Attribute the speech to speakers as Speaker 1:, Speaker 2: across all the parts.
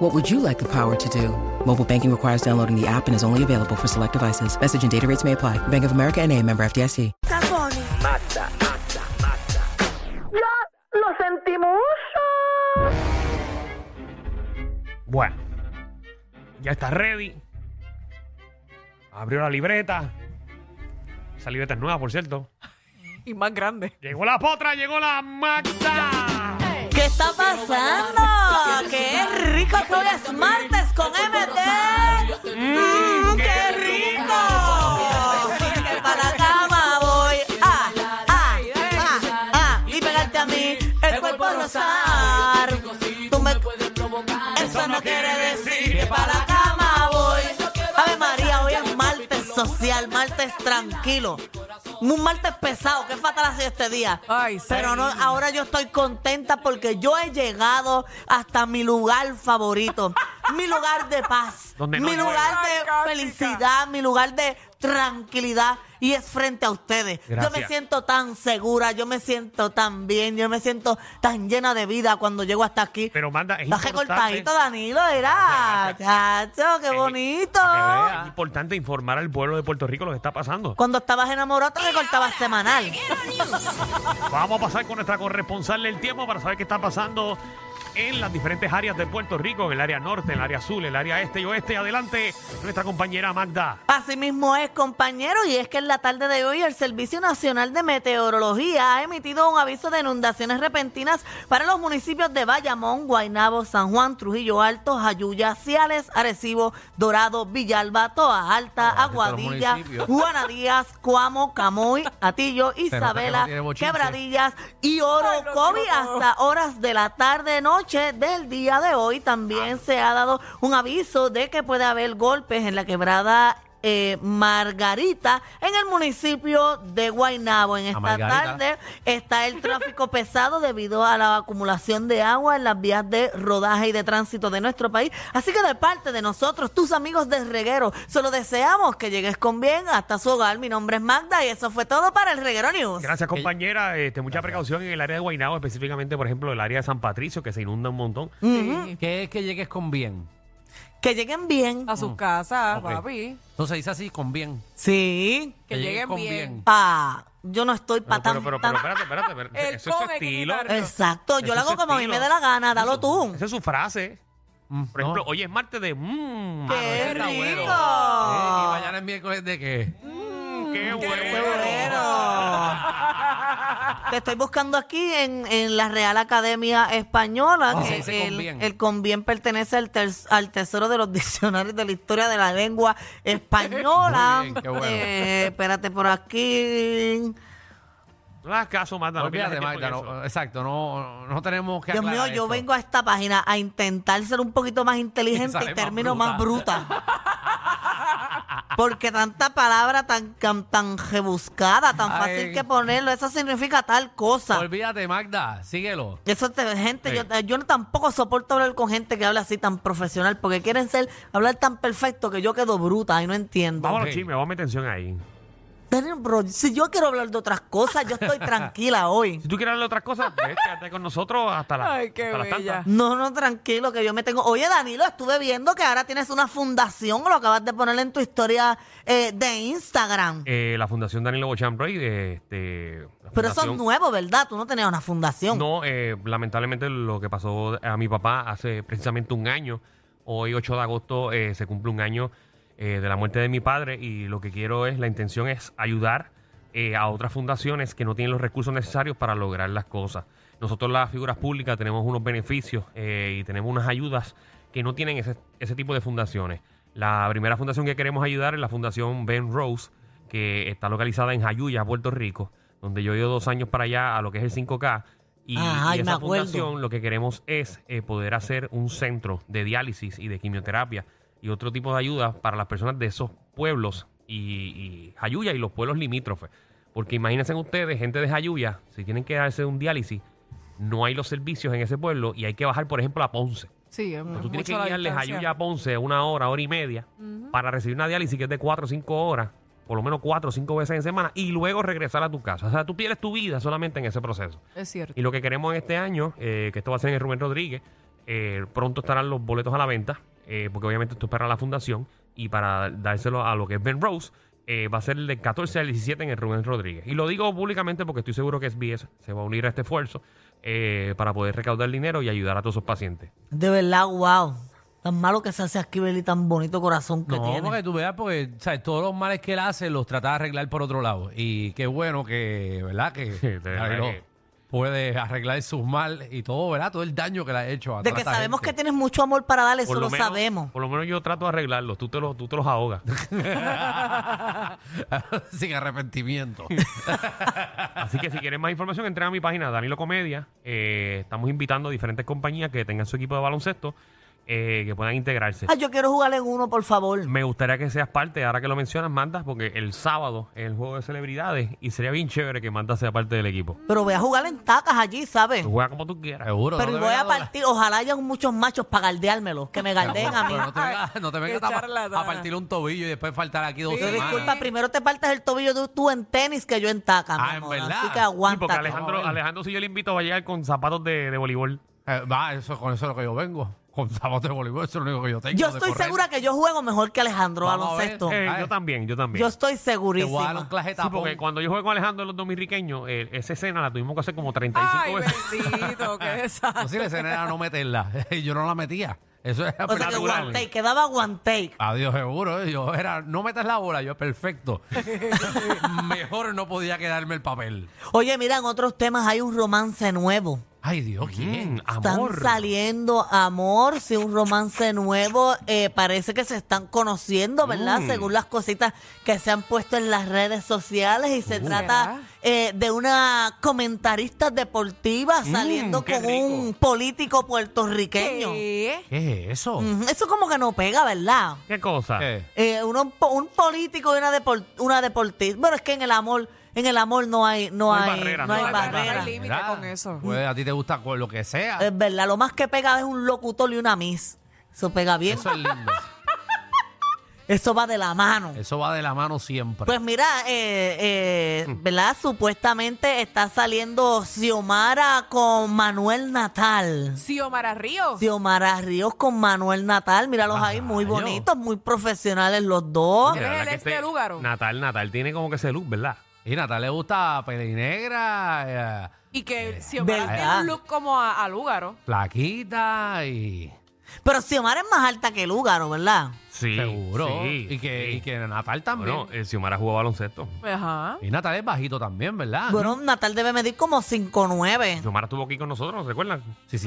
Speaker 1: What would you like the power to do? Mobile banking requires downloading the app and is only available for select devices. Message and data rates may apply. Bank of America and a member FDIC.
Speaker 2: Sassoni.
Speaker 3: Mata, mata, mata.
Speaker 2: ¡Ya lo sentimos!
Speaker 4: Bueno, ya está ready. Abrió la libreta. Esa libreta es nueva, por cierto.
Speaker 5: y más grande.
Speaker 4: Llegó la potra, llegó la Magda.
Speaker 5: ¿Qué está pasando? ¡Qué rico! que Hoy es martes con MT. ¡Mmm, ¡Qué rico! Porque para la cama voy. ¡Ah, ah, ah, ah! Y pegarte a mí el cuerpo a rozar. Tú me Eso no quiere decir que para la cama voy. Ave María, hoy es martes social, martes tranquilo. Un martes pesado, qué fatal ha sido este día. Pero no, ahora yo estoy contenta porque yo he llegado hasta mi lugar favorito, mi lugar de paz,
Speaker 4: Donde no
Speaker 5: mi
Speaker 4: llueve.
Speaker 5: lugar de felicidad, mi lugar de tranquilidad y es frente a ustedes. Yo me
Speaker 4: Gracias.
Speaker 5: siento tan segura, yo me siento tan bien, yo me siento tan llena de vida cuando llego hasta aquí.
Speaker 4: Pero manda, es
Speaker 5: Estás
Speaker 4: importante.
Speaker 5: recortadito, Danilo, era. Chacho, qué
Speaker 4: Eh,
Speaker 5: bonito.
Speaker 4: para que veas, Es importante informar al pueblo de Puerto Rico lo que está pasando.
Speaker 5: Cuando estabas enamorado te recortabas semanal.
Speaker 4: Vamos a pasar con nuestra corresponsal del tiempo para saber qué está pasando en las diferentes áreas de Puerto Rico, en el área norte, en el área azul, el área este y oeste. Adelante, nuestra compañera Magda.
Speaker 5: Así mismo es, compañero, y es que en la tarde de hoy el Servicio Nacional de Meteorología ha emitido un aviso de inundaciones repentinas para los municipios de Bayamón, Guaynabo, San Juan, Trujillo Alto, Jayuya, Ciales, Arecibo, Dorado, Villalba, Toa Alta, Aguadilla, Juana Díaz, Cuamo, Camoy, Atillo, Isabela, Quebradillas y Orocovi hasta horas de la tarde noche del día de hoy. También se ha dado un aviso de que puede haber golpes en la quebrada eh, Margarita en el municipio de Guaynabo. En esta tarde está el tráfico pesado debido a la acumulación de agua en las vías de rodaje y de tránsito de nuestro país. Así que de parte de nosotros, tus amigos de Reguero, solo deseamos que llegues con bien hasta su hogar. Mi nombre es Magda y eso fue todo para el Reguero News.
Speaker 4: Gracias, compañera. Este, mucha precaución en el área de Guaynabo, específicamente, por ejemplo, el área de San Patricio, que se inunda un montón.
Speaker 6: que es que llegues con bien.
Speaker 5: Que lleguen bien.
Speaker 7: A
Speaker 4: Mm.
Speaker 7: sus casas,
Speaker 6: Ok.
Speaker 7: papi.
Speaker 6: No se dice así, con bien.
Speaker 5: Sí.
Speaker 7: Que lleguen bien.
Speaker 5: Pa, yo no estoy
Speaker 4: Pero,
Speaker 5: para
Speaker 4: pero,
Speaker 5: tan,
Speaker 4: pero,
Speaker 5: tan-
Speaker 4: pero, espérate, espérate. espérate.
Speaker 7: El
Speaker 4: Eso es su
Speaker 7: con hay que
Speaker 4: estilo.
Speaker 7: quitarlo.
Speaker 5: Exacto, yo
Speaker 4: Ese
Speaker 5: lo
Speaker 4: es
Speaker 5: hago
Speaker 4: su
Speaker 5: como a mí
Speaker 4: estilo.
Speaker 5: me dé la gana, dalo tú.
Speaker 4: Esa es su frase.
Speaker 6: Mm,
Speaker 4: Por ejemplo,
Speaker 6: no.
Speaker 4: hoy es martes de mmm.
Speaker 5: ¡Qué
Speaker 6: Ah, no, ese está
Speaker 5: rico!
Speaker 6: bueno. Eh, y mañana es miércoles de qué?
Speaker 4: ¡Qué
Speaker 5: Qué
Speaker 4: bueno!
Speaker 5: bueno. Te estoy buscando aquí en, en la Real Academia Española.
Speaker 6: Ah,
Speaker 5: que
Speaker 6: se dice
Speaker 5: el,
Speaker 6: convien.
Speaker 5: el convien pertenece al, ter- al tesoro de los diccionarios de la historia de la lengua española.
Speaker 6: Muy bien, qué bueno.
Speaker 5: Eh, espérate por aquí.
Speaker 4: No le hagas caso, Magda. No pierdas
Speaker 6: Olvídate,
Speaker 4: tiempo en
Speaker 6: Magda,
Speaker 4: eso.
Speaker 6: no, eh, exacto, no, no tenemos que
Speaker 5: Dios mío,
Speaker 6: aclarar
Speaker 5: yo
Speaker 6: esto.
Speaker 5: vengo a esta página a intentar ser un poquito más inteligente
Speaker 6: Sale
Speaker 5: y
Speaker 6: más
Speaker 5: termino más bruta. Porque tanta palabra tan, tan, tan rebuscada, tan
Speaker 6: Ay.
Speaker 5: fácil que ponerlo, eso significa tal cosa.
Speaker 6: Olvídate, Magda, síguelo.
Speaker 5: Eso te- gente,
Speaker 4: Sí.
Speaker 5: yo, eh, yo no- tampoco soporto hablar con gente que habla así tan profesional, porque quieren ser, hablar tan perfecto que yo quedo bruta y no entiendo.
Speaker 4: Vamos a
Speaker 6: Ok.
Speaker 4: los chismes, vamos a meter tensión ahí.
Speaker 5: Daniel, bro, si yo quiero hablar de otras cosas, yo estoy tranquila hoy.
Speaker 4: Si tú quieres hablar de otras cosas, ve, quédate con nosotros hasta las
Speaker 7: Ay, qué
Speaker 4: hasta las tantas.
Speaker 7: bella.
Speaker 5: No, no, tranquilo, que yo me tengo. Oye, Danilo, estuve viendo que ahora tienes una fundación, lo acabas de poner en tu historia eh, de Instagram.
Speaker 4: Eh, la Fundación Danilo Bochamroy, eh, este, la
Speaker 5: Pero eso es
Speaker 4: fundación-
Speaker 5: nuevo, ¿verdad? Tú no tenías una fundación.
Speaker 4: No, eh, lamentablemente lo que pasó a mi papá hace precisamente un año, hoy 8 de agosto eh, se cumple un año eh, de la muerte de mi padre y lo que quiero es, la intención es ayudar eh, a otras fundaciones que no tienen los recursos necesarios para lograr las cosas. Nosotros las figuras públicas tenemos unos beneficios eh, y tenemos unas ayudas que no tienen ese, ese tipo de fundaciones. La primera fundación que queremos ayudar es la Fundación Ben Rose, que está localizada en Jayuya, Puerto Rico, donde yo he ido dos años para allá a lo que es el 5K.
Speaker 5: Ajá, y
Speaker 4: Y, y
Speaker 5: Ah, me
Speaker 4: esa
Speaker 5: acuerdo.
Speaker 4: fundación lo que queremos es eh, poder hacer un centro de diálisis y de quimioterapia y otro tipo de ayuda para las personas de esos pueblos y, y Jayuya y los pueblos limítrofes. Porque imagínense ustedes, gente de Jayuya, si tienen que darse un diálisis, no hay los servicios en ese pueblo y hay que bajar, por ejemplo, a Ponce.
Speaker 7: Sí, es
Speaker 4: Tú
Speaker 7: mucho
Speaker 4: tienes que
Speaker 7: la
Speaker 4: guiarles a
Speaker 7: distancia.
Speaker 4: Yuya a Ponce una hora, hora y media para recibir una diálisis que es de 4 o 5 horas, por lo menos 4 o 5 veces en semana, y luego regresar a tu casa. O sea, tú pierdes tu vida solamente en ese proceso.
Speaker 7: Es cierto.
Speaker 4: Y lo que queremos en este año, eh, que esto va a ser en el Rubén Rodríguez, eh, pronto estarán los boletos a la venta, eh, porque obviamente esto es para la fundación y para dárselo a lo que es Ben Rose. eh, va a ser del 14 al 17 en el Rubén Rodríguez. Y lo digo públicamente porque estoy seguro que SBS se va a unir a este esfuerzo eh, para poder recaudar dinero y ayudar a todos esos pacientes.
Speaker 5: De verdad, wow. Tan malo que se hace aquí, Beli, tan bonito corazón que
Speaker 6: No,
Speaker 5: tiene.
Speaker 6: porque tú veas, porque ¿sabes? todos los males que él hace los trata de arreglar por otro lado. Y qué bueno que, ¿verdad? Que
Speaker 4: Sí, de verdad
Speaker 6: arregló-
Speaker 4: que-
Speaker 6: puede arreglar sus males y todo, ¿verdad? Todo el daño que le ha hecho a
Speaker 5: De
Speaker 6: toda
Speaker 5: que
Speaker 6: esta
Speaker 5: sabemos que
Speaker 6: gente.
Speaker 5: tienes mucho amor para darle, eso
Speaker 4: Por
Speaker 5: lo,
Speaker 4: menos-
Speaker 5: sabemos.
Speaker 4: Por lo menos yo trato de arreglarlos. Tú te los, tú te los ahogas.
Speaker 6: Sin arrepentimiento.
Speaker 4: Así que si quieren más información, entren a mi página Danilo Comedia. Eh, estamos invitando a diferentes compañías que tengan su equipo de baloncesto eh, que puedan integrarse.
Speaker 5: Ah, yo quiero jugar en uno, por favor.
Speaker 4: Me gustaría que seas parte, ahora que lo mencionas, Manda, porque el sábado es el juego de celebridades y sería bien chévere que Manda sea parte del equipo.
Speaker 5: Pero voy a jugar en tacas allí, ¿sabes?
Speaker 4: Tú juega como tú quieras.
Speaker 6: Seguro.
Speaker 5: Pero
Speaker 6: no te
Speaker 5: voy
Speaker 6: venga
Speaker 5: a partir, ojalá hayan muchos machos para galdeármelo, que me galdeen a mí.
Speaker 6: Pero no te vengas no te vengas
Speaker 7: Qué
Speaker 6: a, pa-
Speaker 7: charlatana.
Speaker 6: a partir un tobillo y después faltar aquí dos
Speaker 7: Sí,
Speaker 5: Pero
Speaker 6: semanas.
Speaker 5: disculpa, primero te partes el tobillo tú, tú en tenis que yo en taca, mi
Speaker 6: Ah, ¿en
Speaker 5: amor.
Speaker 6: verdad?
Speaker 5: Así que
Speaker 4: Sí, porque
Speaker 5: aguántate.
Speaker 4: Alejandro,
Speaker 6: Vamos a ver.
Speaker 4: Alejandro, si yo le invito, va a llegar con zapatos de, de voleibol.
Speaker 6: Eh, va, eso, con eso es lo que yo vengo. Con zapatos de voleibol, eso es lo único que yo tengo.
Speaker 5: yo
Speaker 6: de
Speaker 5: estoy
Speaker 6: correr.
Speaker 5: segura que yo juego mejor que Alejandro
Speaker 6: Vamos a ver.
Speaker 5: baloncesto.
Speaker 4: Eh,
Speaker 6: Ay.
Speaker 4: yo también, yo también.
Speaker 5: Yo estoy
Speaker 6: Te voy a dar
Speaker 5: segurísima.
Speaker 6: un clase de
Speaker 4: Sí,
Speaker 6: tapón.
Speaker 4: porque cuando yo jugué con Alejandro los dominicanos, eh, esa escena la tuvimos que hacer como 35
Speaker 7: Ay,
Speaker 4: veces.
Speaker 7: bendito, qué
Speaker 6: No,
Speaker 7: desastre.
Speaker 6: si la escena era no meterla. Yo no la metía. Eso era
Speaker 5: O sea que
Speaker 4: natural.
Speaker 5: one take, quedaba one take.
Speaker 6: Adiós, seguro. eh. Yo era, no metas la bola, yo perfecto. Mejor no podía quedarme el papel.
Speaker 5: Oye, mira, en otros temas hay un romance nuevo.
Speaker 6: Ay, Dios,
Speaker 4: Mm,
Speaker 6: ¿quién?
Speaker 5: Están
Speaker 4: amor.
Speaker 5: saliendo amor, sí, un romance nuevo. eh, parece que se están conociendo, ¿verdad?
Speaker 4: Mm.
Speaker 5: Según las cositas que se han puesto en las redes sociales. Y se
Speaker 4: Uh.
Speaker 5: trata eh, de una comentarista deportiva saliendo
Speaker 4: Mm, qué
Speaker 5: con un
Speaker 4: rico.
Speaker 5: político puertorriqueño.
Speaker 7: ¿Qué?
Speaker 6: ¿Qué es eso?
Speaker 5: Ujú, Eso como que no pega, ¿verdad?
Speaker 4: ¿Qué cosa?
Speaker 6: ¿Qué?
Speaker 5: Eh, uno- un político y una, depor- una deportista. Bueno, es que en el amor, en el amor no hay, no,
Speaker 4: No hay
Speaker 5: hay,
Speaker 4: barrera,
Speaker 5: no
Speaker 4: no
Speaker 5: hay
Speaker 4: hay
Speaker 5: barrera.
Speaker 7: barrera. hay límite
Speaker 6: Mira,
Speaker 7: con eso.
Speaker 6: pues, a ti te gusta con lo que sea.
Speaker 5: Es verdad, lo más que pega es un locutor y una miss. Eso pega bien.
Speaker 6: Eso es lindo.
Speaker 5: Eso va de la mano.
Speaker 6: Eso va de la mano siempre.
Speaker 5: Pues mira, eh, eh,
Speaker 6: Hmm.
Speaker 5: ¿verdad? Supuestamente está saliendo Xiomara con Manuel Natal.
Speaker 7: Xiomara Ríos.
Speaker 5: Xiomara Ríos con Manuel Natal. Míralos ahí, muy
Speaker 6: Rayo.
Speaker 5: bonitos, muy profesionales los dos.
Speaker 7: Eres
Speaker 4: verdad
Speaker 7: el
Speaker 4: que este
Speaker 7: ex de Lúgaro.
Speaker 4: Natal, Natal tiene como que ese luz, ¿verdad?
Speaker 6: Y Natal le gusta pelinegra, eh,
Speaker 7: Y que Xiomara
Speaker 5: ¿Verdad?
Speaker 7: tiene un look como a, a Lúgaro.
Speaker 6: flaquita y
Speaker 5: Pero Xiomara es más alta que Lúgaro, ¿verdad?
Speaker 4: Sí.
Speaker 6: seguro.
Speaker 4: sí,
Speaker 6: y, que,
Speaker 4: sí.
Speaker 6: y que Natal también.
Speaker 4: Bueno, eh, Xiomara jugó baloncesto.
Speaker 7: Ajá.
Speaker 6: Y Natal es bajito también, ¿verdad?
Speaker 5: Bueno, Natal debe medir como 5'9".
Speaker 4: Xiomara estuvo aquí con nosotros, ¿se acuerdan?
Speaker 6: sí, sí,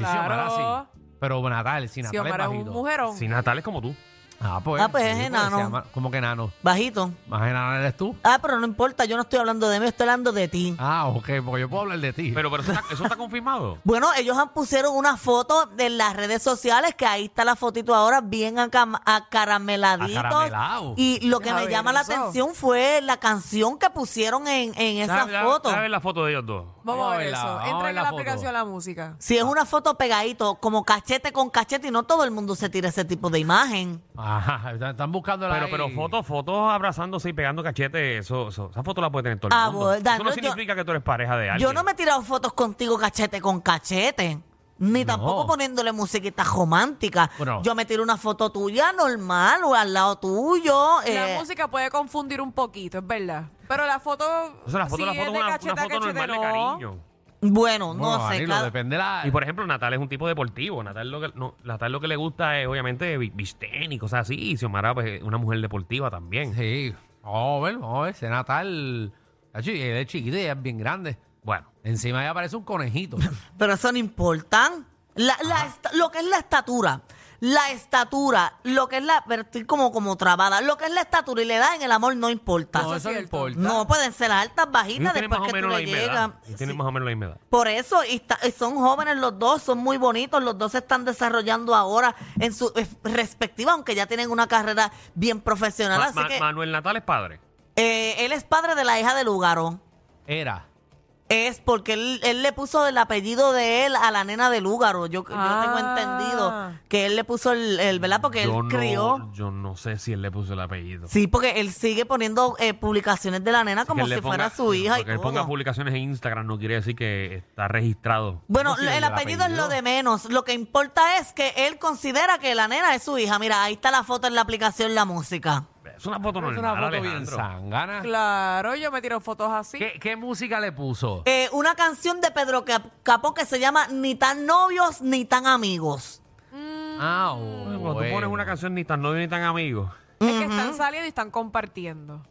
Speaker 6: Xiomara
Speaker 7: Claro.
Speaker 6: sí. Pero Natal, si Natal
Speaker 7: Xiomara
Speaker 6: es
Speaker 7: es
Speaker 6: bajito.
Speaker 7: un
Speaker 5: Oh.
Speaker 7: mujerón.
Speaker 4: Sí, Natal es como tú.
Speaker 6: Ah, pues.
Speaker 5: Ah, pues es
Speaker 6: porque
Speaker 5: enano.
Speaker 6: se llama- ¿Cómo que enano?
Speaker 5: Bajito.
Speaker 6: Más enano eres tú.
Speaker 5: Ah, pero no importa, yo no estoy hablando de mí, estoy hablando de ti.
Speaker 6: Ah, ok, porque yo puedo hablar de ti.
Speaker 4: Pero, pero eso, está, eso está confirmado.
Speaker 5: Bueno, ellos han pusieron una foto en las redes sociales, que ahí está la fotito ahora, bien acam- acarameladitos.
Speaker 6: Acaramelado.
Speaker 5: Y lo que
Speaker 7: Deja
Speaker 5: me
Speaker 7: ver
Speaker 5: llama la
Speaker 7: eso.
Speaker 5: atención fue la canción que pusieron en, en esa
Speaker 4: Dame- dame-
Speaker 5: foto.
Speaker 4: dame la foto de ellos dos.
Speaker 7: Vamos a ver eso.
Speaker 6: Vamos a ver
Speaker 7: Entra en
Speaker 6: la
Speaker 7: la
Speaker 6: foto.
Speaker 7: aplicación la música.
Speaker 5: Si es una foto pegadito, como cachete con cachete, y no todo el mundo se tira ese tipo de imagen.
Speaker 6: Ajá, están- están buscando la.
Speaker 4: Pero, pero fotos, fotos abrazándose y pegando cachete, eso, eso- esa foto la puede tener todo el
Speaker 5: Ah,
Speaker 4: mundo.
Speaker 5: bueno,
Speaker 4: eso no
Speaker 5: yo-
Speaker 4: significa que tú eres pareja de alguien.
Speaker 5: Yo no me he tirado fotos contigo cachete con cachete. Ni tampoco poniéndole musiquita romántica.
Speaker 6: Bueno.
Speaker 5: Yo me tiro una foto tuya normal o al lado tuyo. eh,
Speaker 7: La música puede confundir un poquito, es verdad. Pero la foto.
Speaker 4: O sea, la foto,
Speaker 7: si
Speaker 4: la
Speaker 7: es
Speaker 4: foto,
Speaker 7: de
Speaker 4: una, una
Speaker 7: cachete a
Speaker 4: foto
Speaker 7: cachete,
Speaker 4: normal de
Speaker 7: no.
Speaker 4: cariño.
Speaker 5: Bueno,
Speaker 6: Bueno,
Speaker 5: no sé.
Speaker 6: Danilo,
Speaker 5: cada-
Speaker 6: depende la.
Speaker 4: Y por ejemplo, Natal es un tipo deportivo. Natal lo que, no, Natal lo que le gusta es, obviamente, bi- beach tenis, cosas así. Y Xiomara, pues, una mujer deportiva también.
Speaker 6: Sí. Vamos a ver, vamos a ver. Ese Natal. Cacho, y Él es chiquito y ella es bien grande.
Speaker 4: Bueno,
Speaker 6: Encima ya parece un conejito.
Speaker 5: Pero eso no importa. La- la esta- lo que es la estatura. La estatura, lo que es la. Pero estoy como, como trabada. Lo que es la estatura y la edad en el amor no importa.
Speaker 6: no, eso no
Speaker 7: cierto.
Speaker 6: importa.
Speaker 5: No pueden ser altas,
Speaker 4: ellos
Speaker 5: bajitas,
Speaker 4: tienen
Speaker 5: después
Speaker 4: más
Speaker 5: que
Speaker 4: o
Speaker 5: tú
Speaker 4: menos la
Speaker 5: le
Speaker 4: misma
Speaker 5: llegas.
Speaker 4: edad. Ellos tienen
Speaker 5: Sí.
Speaker 4: más o menos la misma edad.
Speaker 5: Por eso, y está- y son jóvenes los dos, son muy bonitos, los dos se están desarrollando ahora en su eh, respectiva, aunque ya tienen una carrera bien profesional.
Speaker 4: Ma-
Speaker 5: así
Speaker 4: Ma-
Speaker 5: que
Speaker 4: Manuel Natal es padre.
Speaker 5: eh, él es padre de la hija de Lugaro.
Speaker 6: Era.
Speaker 5: Es porque él, él le puso el apellido de él a la nena de Lúgaro. Yo, yo tengo
Speaker 7: Ah.
Speaker 5: entendido que él le puso el, el- ¿verdad? Porque él
Speaker 4: yo no,
Speaker 5: crió.
Speaker 4: Yo no sé si él le puso el apellido.
Speaker 5: Sí, porque él sigue poniendo eh, publicaciones de la nena como
Speaker 4: Que él
Speaker 5: si
Speaker 4: le
Speaker 5: fuera
Speaker 4: ponga-
Speaker 5: su hija y
Speaker 4: Que él
Speaker 5: todo.
Speaker 4: ponga publicaciones en Instagram no quiere decir que está registrado.
Speaker 5: Bueno,
Speaker 6: ¿Cómo se
Speaker 5: el
Speaker 6: llama el
Speaker 5: apellido es lo
Speaker 6: apellido?
Speaker 5: de menos. Lo que importa es que él considera que la nena es su hija. Mira, ahí está la foto en la aplicación La Música.
Speaker 4: Es una foto normal,
Speaker 6: es una foto bien
Speaker 4: Alejandro.
Speaker 6: sangana.
Speaker 7: Claro, yo me tiro fotos así.
Speaker 6: ¿Qué, qué música le puso?
Speaker 5: Eh, una canción de Pedro Cap- Capó que se llama Ni tan novios ni tan amigos.
Speaker 6: Ah,
Speaker 4: Cuando tú
Speaker 6: bueno.
Speaker 4: pones una canción ni tan novio ni tan amigo.
Speaker 7: Es que están saliendo y están compartiendo.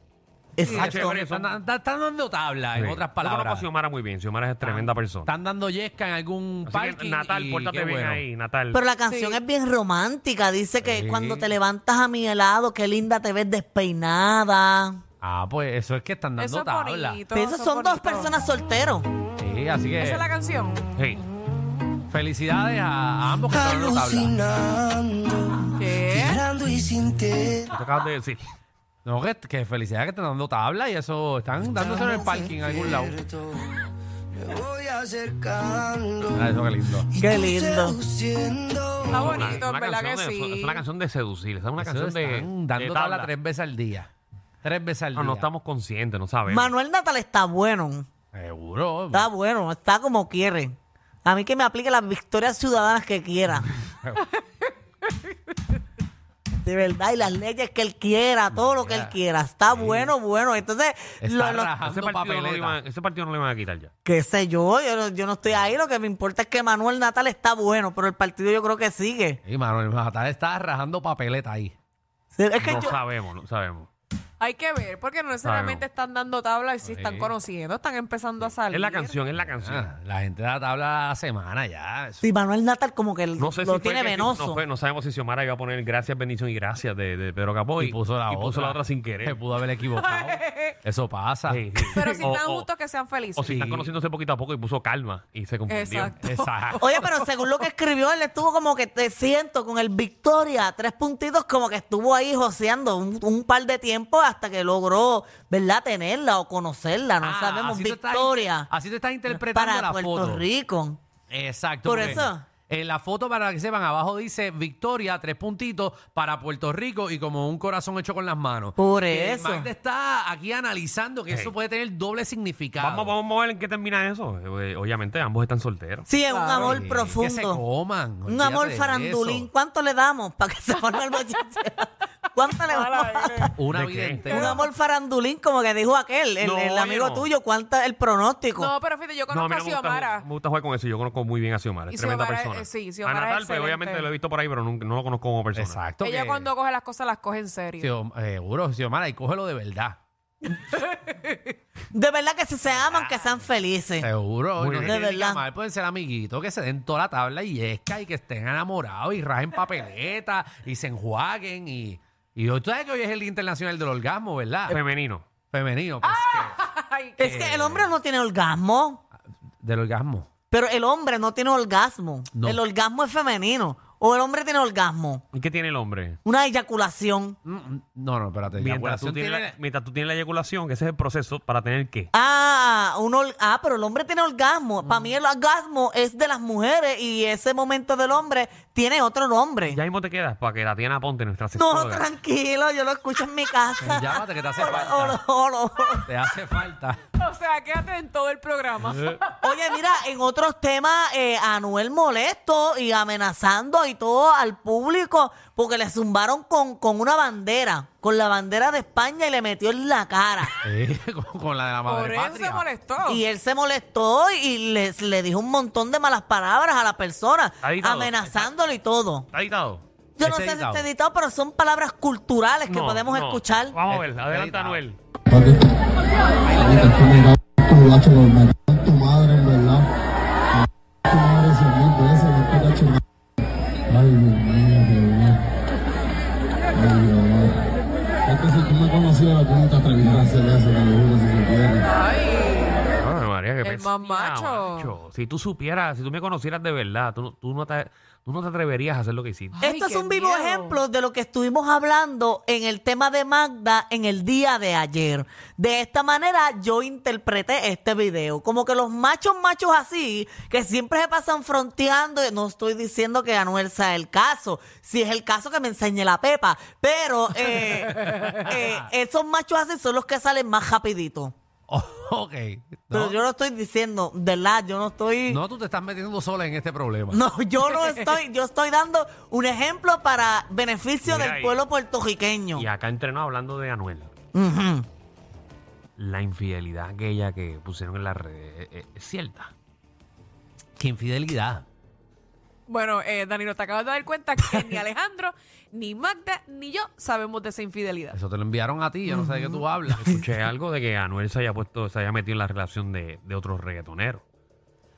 Speaker 6: Ah,
Speaker 5: Exacto.
Speaker 6: chévere, son- Están, están dando tabla, en
Speaker 4: Sí.
Speaker 6: otras
Speaker 4: Yo conozco a
Speaker 6: palabras.
Speaker 4: Xiomara muy bien. Xiomara es tremenda persona.
Speaker 6: Están dando yesca en algún
Speaker 4: Así que,
Speaker 6: parking.
Speaker 4: Natal,
Speaker 6: y
Speaker 4: pórtate
Speaker 6: qué
Speaker 4: bien
Speaker 6: bueno.
Speaker 4: ahí, Natal.
Speaker 5: Pero la canción
Speaker 7: Sí.
Speaker 5: es bien romántica. Dice que
Speaker 6: Sí.
Speaker 5: cuando te levantas a mi helado, qué linda te ves despeinada.
Speaker 6: Ah, pues eso es que están dando
Speaker 7: Eso es
Speaker 6: tabla.
Speaker 7: bonito.
Speaker 5: Pero esos
Speaker 7: eso es
Speaker 5: son dos
Speaker 7: bonito.
Speaker 5: personas solteros.
Speaker 6: Sí, así que
Speaker 7: Esa es la canción.
Speaker 4: Hey,
Speaker 6: felicidades a, a ambos que están dando tabla.
Speaker 7: ¿Qué?
Speaker 4: tú te acabas de decir.
Speaker 6: No, que, que felicidades que están dando tabla y eso están dándose en el parking en algún lado.
Speaker 8: Me voy acercando,
Speaker 6: Ah, eso qué lindo.
Speaker 5: Qué lindo.
Speaker 8: siendo
Speaker 4: Una-
Speaker 7: Está bonito,
Speaker 4: una
Speaker 7: en verdad que
Speaker 4: canción de-
Speaker 7: sí.
Speaker 4: Es una canción de seducir. Es una
Speaker 6: Eso
Speaker 4: canción de.
Speaker 6: están
Speaker 4: de
Speaker 6: dando
Speaker 4: tabla. Ah,
Speaker 6: tabla tres veces al día. Tres veces al
Speaker 4: No,
Speaker 6: día.
Speaker 4: no estamos conscientes, no sabemos.
Speaker 5: Manuel Natal está bueno.
Speaker 6: Seguro.
Speaker 5: Está bueno, está como quiere. A mí que me aplique las victorias ciudadanas que quiera. De verdad, y las leyes que él quiera, todo lo que él quiera. Está bueno, bueno. Entonces,
Speaker 6: Está
Speaker 5: lo- lo-
Speaker 4: ese,
Speaker 6: rajando
Speaker 4: partido no le
Speaker 6: papeleta.
Speaker 4: iban- ese partido no le van a quitar ya.
Speaker 5: qué sé yo, yo no, yo no estoy ahí. Lo que me importa es que Manuel Natal está bueno, pero el partido yo creo que sigue.
Speaker 6: Y Manuel Matar está rajando papeleta ahí.
Speaker 5: Es que
Speaker 4: No
Speaker 5: yo-
Speaker 4: sabemos, no sabemos.
Speaker 7: Hay que ver, porque no necesariamente
Speaker 4: Claro.
Speaker 7: están dando tabla y si están conociendo, están empezando a salir.
Speaker 4: Es la canción, es la canción.
Speaker 6: Ah, la gente da tabla a la semana ya. Eso-
Speaker 5: sí, Manuel Natal como que
Speaker 4: No sé
Speaker 5: lo
Speaker 4: si fue
Speaker 5: tiene
Speaker 4: que-
Speaker 5: venoso.
Speaker 4: No, fue- no sabemos si Xiomara iba a poner gracias, bendición y gracias de, de Pedro Capó.
Speaker 6: y puso la
Speaker 4: y
Speaker 6: otra.
Speaker 4: puso la otra sin
Speaker 6: Se
Speaker 4: querer.
Speaker 6: pudo haber equivocado. Eso pasa.
Speaker 4: Sí, sí.
Speaker 7: Pero si
Speaker 4: O-
Speaker 7: están
Speaker 4: o-
Speaker 7: justos que sean felices.
Speaker 4: O si están conociéndose poquito a poco y puso calma y se confundió.
Speaker 7: Exacto.
Speaker 6: Exacto.
Speaker 5: Oye, pero según lo que escribió, él estuvo como que te siento con el Victoria, tres puntitos, como que estuvo ahí joseando un, un par de tiempo hasta que logró, ¿verdad?, tenerla o conocerla, no
Speaker 6: Ah,
Speaker 5: sabemos.
Speaker 6: así tú estás-
Speaker 5: Victoria
Speaker 6: así te estás interpretando
Speaker 5: para
Speaker 6: la
Speaker 5: Puerto
Speaker 6: foto.
Speaker 5: Rico.
Speaker 6: Exacto.
Speaker 5: Por
Speaker 6: porque
Speaker 5: eso.
Speaker 6: En la foto, para que sepan, abajo dice Victoria, tres puntitos para Puerto Rico y como un corazón hecho con las manos.
Speaker 5: Por
Speaker 6: Eh,
Speaker 5: eso.
Speaker 6: Magda está aquí analizando que
Speaker 4: Sí.
Speaker 6: eso puede tener doble significado.
Speaker 4: Vamos, vamos a ver en qué termina eso. Eh, Obviamente, ambos están solteros.
Speaker 5: Sí, es un
Speaker 7: Claro.
Speaker 5: amor
Speaker 6: Eh, Que se
Speaker 5: profundo.
Speaker 6: coman.
Speaker 5: Un amor
Speaker 6: olvídate de
Speaker 5: farandulín.
Speaker 6: eso.
Speaker 5: ¿Cuánto le damos para que se forme el bachillerato? ¿Cuánto le damos?
Speaker 6: Una
Speaker 4: ¿De qué?
Speaker 6: vida entera.
Speaker 5: Un amor farandulín, como que dijo aquel, el,
Speaker 4: No,
Speaker 5: el
Speaker 4: oye,
Speaker 5: amigo
Speaker 4: no.
Speaker 5: tuyo, ¿cuánto el pronóstico.
Speaker 7: No, pero fíjate, yo
Speaker 4: No, a
Speaker 7: conozco
Speaker 4: mí
Speaker 7: a
Speaker 4: no me gusta,
Speaker 7: Xiomara.
Speaker 4: ju- me gusta jugar con eso. Yo conozco muy bien a Xiomara.
Speaker 7: Y
Speaker 4: Es tremenda
Speaker 7: Xiomara es-
Speaker 4: persona.
Speaker 7: eh, sí, Xiomara
Speaker 4: a
Speaker 7: es
Speaker 4: Natal, pues,
Speaker 7: excelente.
Speaker 4: obviamente lo he visto por ahí, pero nunca- no lo conozco como persona.
Speaker 6: Exacto.
Speaker 7: Ella
Speaker 6: que-
Speaker 7: cuando coge las cosas, las coge en serio.
Speaker 6: Xiom- eh, Seguro, Xiomara, y cógelo de verdad.
Speaker 5: De verdad que si se aman, que sean felices.
Speaker 6: Seguro.
Speaker 4: Muy bien.
Speaker 6: y no se
Speaker 5: De
Speaker 6: tienen que
Speaker 5: verdad.
Speaker 6: amar, pueden ser amiguitos que se den toda la tabla y esca y que estén enamorados y rajen papeletas y se enjuaguen y... Y hoy- tú sabes que hoy es el Día Internacional del Orgasmo, ¿verdad?
Speaker 4: Femenino.
Speaker 6: Femenino, pues
Speaker 5: ¡Ah!
Speaker 7: Ay,
Speaker 5: Es que el hombre no tiene orgasmo.
Speaker 6: que- del orgasmo.
Speaker 5: Pero el hombre no tiene orgasmo.
Speaker 6: No.
Speaker 5: El orgasmo es femenino. O el hombre tiene orgasmo.
Speaker 4: ¿Y qué tiene el hombre?
Speaker 5: Una eyaculación.
Speaker 6: Mm, No, no, espérate. pues, la
Speaker 4: Mientras tú,
Speaker 6: eyaculación
Speaker 4: tienes
Speaker 6: tiene-
Speaker 4: la, mientras tú tienes la eyaculación, que ese es el proceso para tener qué.
Speaker 5: Ah, un or- ah, pero el hombre tiene orgasmo. Para mí el orgasmo es de las mujeres y ese momento del hombre tiene otro nombre.
Speaker 4: Ya mismo te quedas para que la Tiana Ponte, nuestra
Speaker 5: No,
Speaker 4: sexóloga.
Speaker 5: tranquilo, yo lo escucho en mi casa.
Speaker 6: Llámate que te hace
Speaker 5: O
Speaker 6: falta.
Speaker 5: lo- o lo-
Speaker 6: Te hace falta.
Speaker 7: O sea, quédate en todo el programa.
Speaker 5: Oye, mira, en otros temas, eh, Anuel molesto y amenazando y todo al público porque le zumbaron con, con una bandera, con la bandera de España y le metió en la cara.
Speaker 6: Eh, con, con la de la
Speaker 7: Por
Speaker 6: madre
Speaker 7: eso se
Speaker 6: patria.
Speaker 7: molestó.
Speaker 5: Y él se molestó y les- le dijo un montón de malas palabras a la persona,
Speaker 4: Ahí todo.
Speaker 5: amenazándolo y todo.
Speaker 4: ¿Está editado?
Speaker 5: Yo no sé
Speaker 6: Ese
Speaker 5: si
Speaker 6: editado.
Speaker 5: está editado, pero son palabras culturales que
Speaker 4: No,
Speaker 5: podemos
Speaker 4: no.
Speaker 5: escuchar.
Speaker 4: Vamos a ver,
Speaker 6: Está
Speaker 4: adelante,
Speaker 6: editado.
Speaker 4: Anuel.
Speaker 9: Papi, tu gacho, lo mató tu madre, en verdad. Tu madre se mete ese, que te gacho. Ay, Dios mío, Dios Ay, Dios mío. Es que si tú me conocieras, tú no te atreverías a hacer eso, te lo juro, si supieras.
Speaker 4: Ay, María, qué
Speaker 7: Él el más macho.
Speaker 4: Si tú supieras, si tú me conocieras de verdad, tú, no- tú no, te, tú no te atreverías a hacer lo que hiciste.
Speaker 7: Ay,
Speaker 5: Esto es
Speaker 7: qué
Speaker 5: un vivo
Speaker 7: miedo.
Speaker 5: ejemplo de lo que estuvimos hablando en el tema de Magda en el día de ayer. De esta manera yo interpreté este video. Como que los machos, machos así, que siempre se pasan fronteando. No estoy diciendo que Anuel sea el caso. Si es el caso que me enseñe la pepa. Pero eh, eh, esos machos así son los que salen más rapidito.
Speaker 6: ok.
Speaker 5: Pero
Speaker 6: No,
Speaker 5: yo lo estoy diciendo, de ¿verdad? Yo no estoy...
Speaker 6: no, tú te estás metiendo sola en este problema.
Speaker 5: No, yo no estoy, yo estoy dando un ejemplo para beneficio
Speaker 4: Mira
Speaker 5: del
Speaker 4: ahí.
Speaker 5: pueblo puertorriqueño.
Speaker 4: Y acá entrenó hablando de Anuel.
Speaker 5: Ujú.
Speaker 4: La infidelidad aquella que pusieron en las redes eh, eh, es cierta.
Speaker 6: Qué infidelidad.
Speaker 7: Bueno, eh, Danilo, te acabas de dar cuenta que ni Alejandro, ni Magda, ni yo sabemos de esa infidelidad.
Speaker 6: Eso te lo enviaron a ti, yo no sé de qué tú hablas.
Speaker 4: Escuché algo de que Anuel se haya puesto, se haya metido en la relación de, de otro reggaetonero.